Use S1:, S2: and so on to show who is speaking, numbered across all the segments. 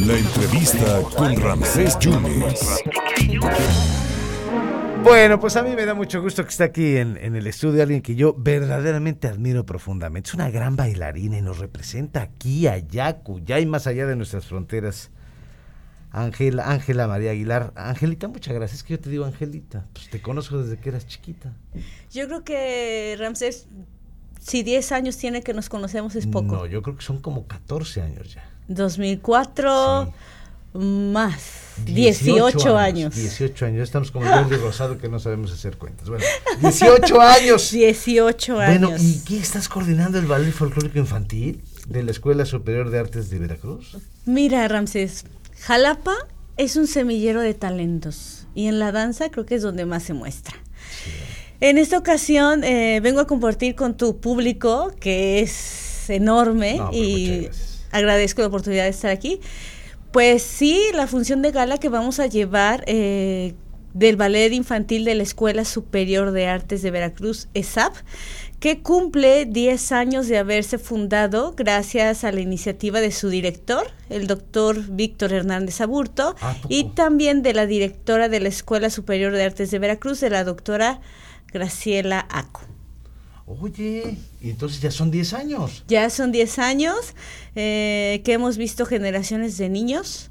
S1: La entrevista con Ramsés Yunes.
S2: Bueno, pues a mí me da mucho gusto que esté aquí en, en el estudio alguien que yo verdaderamente admiro profundamente. Es una gran bailarina y nos representa aquí, allá, cuya y más allá de nuestras fronteras. Ángela, Ángela María Aguilar. Angelita, muchas gracias. Es que yo te digo Angelita. Pues te conozco desde que eras chiquita.
S3: Yo creo que Ramsés, si 10 años tiene que nos conocemos es poco.
S2: No, yo creo que son como 14 años ya.
S3: 2004 más 18, años.
S2: 18 años. Estamos como Jordi Rosado que no sabemos hacer cuentas. Bueno, 18 años.
S3: 18 años.
S2: Bueno, ¿y qué estás coordinando el ballet folclórico infantil de la Escuela Superior de Artes de Veracruz?
S3: Mira, Ramsés, Jalapa es un semillero de talentos y en la danza creo que es donde más se muestra. En esta ocasión eh, vengo a compartir con tu público, que es enorme,
S2: No, hombre, muchas
S3: y
S2: gracias.
S3: agradezco la oportunidad de estar aquí. Pues sí, la función de gala que vamos a llevar eh, del Ballet Infantil de la Escuela Superior de Artes de Veracruz, ESAP, que cumple 10 años de haberse fundado gracias a la iniciativa de su director, el doctor Víctor Hernández Aburto,
S2: ¿A poco?
S3: y también de la directora de la Escuela Superior de Artes de Veracruz, de la doctora Graciela Aco.
S2: Oye, y entonces ya son 10 años.
S3: Ya son 10 años eh, que hemos visto generaciones de niños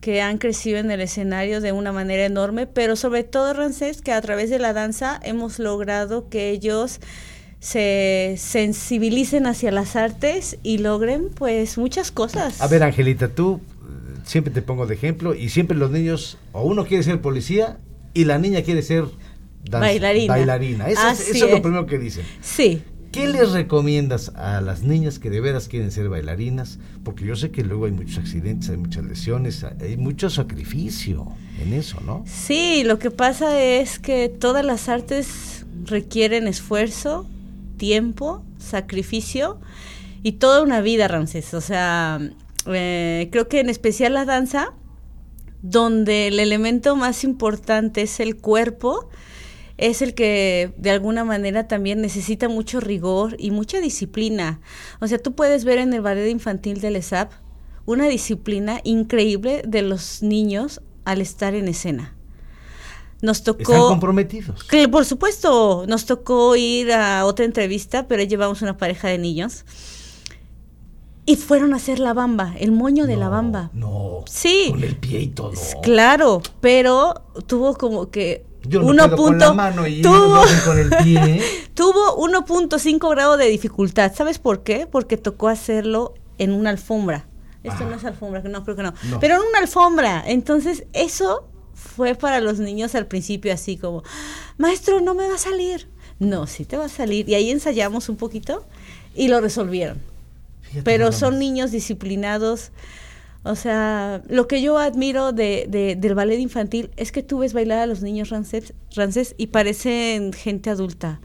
S3: que han crecido en el escenario de una manera enorme, pero sobre todo, Rancés, que a través de la danza hemos logrado que ellos se sensibilicen hacia las artes y logren pues muchas cosas.
S2: A ver, Angelita, tú eh, siempre te pongo de ejemplo y siempre los niños, o uno quiere ser policía y la niña quiere ser danza-
S3: Bailarina.
S2: bailarina. Eso, es-
S3: Así
S2: eso es lo
S3: es.
S2: primero que dicen.
S3: Sí,
S2: ¿Qué les recomiendas a las niñas que de veras quieren ser bailarinas? Porque yo sé que luego hay muchos accidentes, hay muchas lesiones, hay mucho sacrificio en eso, ¿no?
S3: Sí, lo que pasa es que todas las artes requieren esfuerzo, tiempo, sacrificio y toda una vida, Ramsés. O sea, eh, creo que en especial la danza, donde el elemento más importante es el cuerpo, es el que de alguna manera también necesita mucho rigor y mucha disciplina. O sea, tú puedes ver en el ballet infantil del ESAP una disciplina increíble de los niños al estar en escena. Nos
S2: Están
S3: tocó...
S2: comprometidos.
S3: Que por supuesto, nos tocó ir a otra entrevista, pero ahí llevamos una pareja de niños. Y fueron a hacer la bamba, el moño de la
S2: No,
S3: bamba.
S2: No.
S3: Sí.
S2: Con el pie y todo.
S3: S- Claro, pero tuvo como que
S2: Yo no
S3: uno
S2: puedo con
S3: punto,
S2: la mano y
S3: tuvo,
S2: no puedo con el pie.
S3: tuvo 1.5 grados de dificultad. ¿Sabes por qué? Porque tocó hacerlo en una alfombra. Esto
S2: Ah.
S3: no es alfombra, no, creo que no.
S2: No.
S3: Pero en una alfombra. Entonces, eso fue para los niños al principio así como, maestro, no me va a salir. No, sí te va a salir. Y ahí ensayamos un poquito y lo resolvieron.
S2: Fíjate
S3: Pero
S2: nada
S3: son
S2: más.
S3: niños disciplinados. O sea, lo que yo admiro de, de- del ballet infantil es que tú ves bailar a los niños rancés, rancés y parecen gente adulta.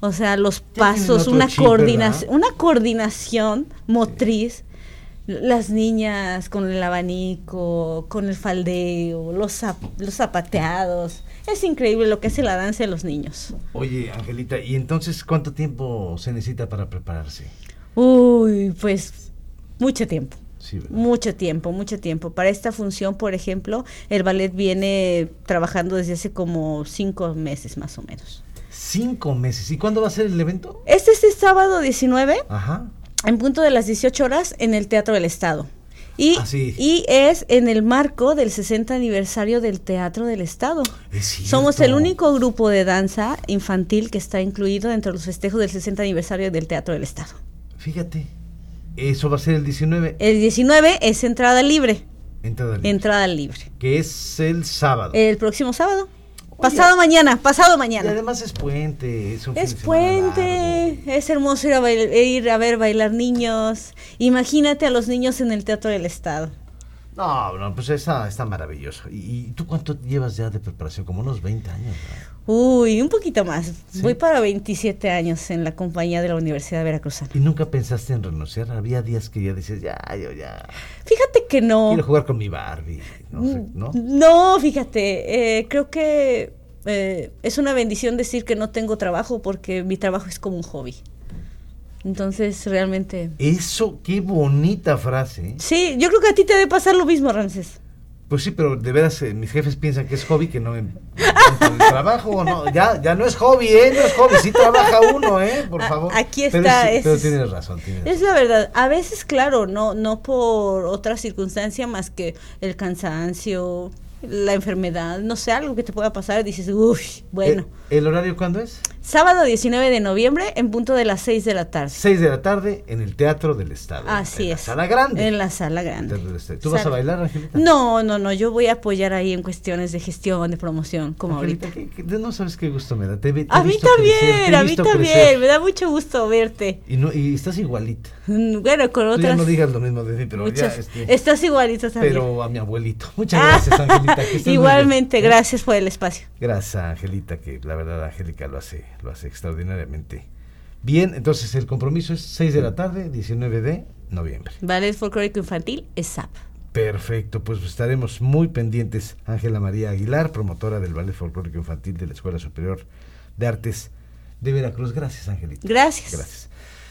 S3: O sea, los
S2: tienen
S3: pasos,
S2: otro
S3: una,
S2: chip,
S3: coordinación,
S2: ¿verdad?
S3: una coordinación motriz. Las niñas con el abanico, con el faldeo, los, zap- los zapateados. Es increíble lo que hace la danza de los niños.
S2: Oye, Angelita, ¿y entonces cuánto tiempo se necesita para prepararse?
S3: Uy, pues mucho tiempo.
S2: Sí, ¿verdad?
S3: Mucho tiempo, mucho tiempo. Para esta función, por ejemplo, el ballet viene trabajando desde hace como cinco meses más o menos.
S2: Cinco meses. ¿Y cuándo va a ser el evento?
S3: Este es el sábado 19,
S2: Ajá.
S3: en punto de las 18 horas, en el Teatro del Estado. Y,
S2: Ah, sí.
S3: y es en el marco del 60 aniversario del Teatro del Estado.
S2: Es
S3: Somos el
S2: cierto.
S3: único grupo de danza infantil que está incluido dentro de los festejos del 60 aniversario del Teatro del Estado.
S2: Fíjate, eso va a ser el 19.
S3: El 19 es entrada libre.
S2: Entrada libre,
S3: Entrada libre.
S2: Que es el sábado.
S3: El próximo sábado.
S2: Oye.
S3: Pasado mañana, pasado
S2: y
S3: Eh, mañana.
S2: además es puente. Es, un
S3: Es
S2: fin de semana
S3: puente,
S2: largo.
S3: es hermoso ir a, bail- e ir a ver bailar niños. Imagínate a los niños en el Teatro del Estado.
S2: No, no, pues está, está maravilloso. ¿Y, y tú cuánto llevas ya de preparación? Como unos 20 años. ¿verdad?
S3: Uy, un poquito más.
S2: Sí.
S3: Voy para 27 años en la compañía de la Universidad Veracruzana.
S2: ¿Y nunca pensaste en renunciar? Había días que ya decías, ya, yo ya.
S3: Fíjate que no. Mm,
S2: Quiero jugar con mi Barbie. No sé, ¿no?
S3: No, fíjate, eh, creo que eh, es una bendición decir que no tengo trabajo porque mi trabajo es como un hobby. Entonces, realmente...
S2: Eso, qué bonita frase. ¿eh?
S3: Sí, yo creo que a ti te debe pasar lo mismo, Ramses.
S2: Pues sí, pero de veras eh, mis jefes piensan que es hobby, que no me por el trabajo o no. Ya, ya no es hobby, ¿eh? No es hobby, sí trabaja uno, ¿eh? Por
S3: A-
S2: favor.
S3: Ah, aquí
S2: Pero
S3: está,
S2: es- Pero,
S3: es-
S2: tienes razón, tienes
S3: Es la verdad, a veces, claro, no, no por otra circunstancia más que el cansancio, la enfermedad, no sé, algo que te pueda pasar, dices, uy, bueno.
S2: Eh, ¿El horario cuándo es?
S3: Sábado 19 de noviembre en punto de las 6 de la tarde.
S2: 6 de la tarde en el Teatro del Estado.
S3: Así
S2: en
S3: es.
S2: La sala grande.
S3: En la sala
S2: del
S3: grande.
S2: Teatro del Estado. ¿Tú vas a
S3: Sala-
S2: bailar, Angelita?
S3: No, no, no, yo voy a apoyar ahí en cuestiones de gestión, de promoción, como
S2: Angelita,
S3: ahorita.
S2: ¿qué- qué- no sabes qué gusto me da. Te, ve- te he
S3: A mí
S2: visto crecer, te he
S3: también, a mí
S2: visto
S3: también,
S2: crecer.
S3: me da mucho gusto verte.
S2: Y, no, y estás igualita.
S3: Mm, Bueno, con
S2: Tú ya
S3: otras
S2: no digas lo mismo de mí, pero
S3: muchas.
S2: ya. este,
S3: Estás igualito también.
S2: pero a mi abuelito. Muchas gracias, Angelita. que estés muy bien.
S3: Ah, Igualmente,
S2: ¿Eh?
S3: gracias por el espacio.
S2: Gracias a Angelita, que la verdad Angélica lo hace, lo hace extraordinariamente bien. Entonces el compromiso es 6 de la tarde, 19 de noviembre.
S3: Ballet folclórico infantil es SAP.
S2: Perfecto, pues estaremos muy pendientes. Ángela María Aguilar, promotora del Ballet Folclórico Infantil de la Escuela Superior de Artes de Veracruz. Gracias, Angelita.
S3: Gracias.
S2: Gracias.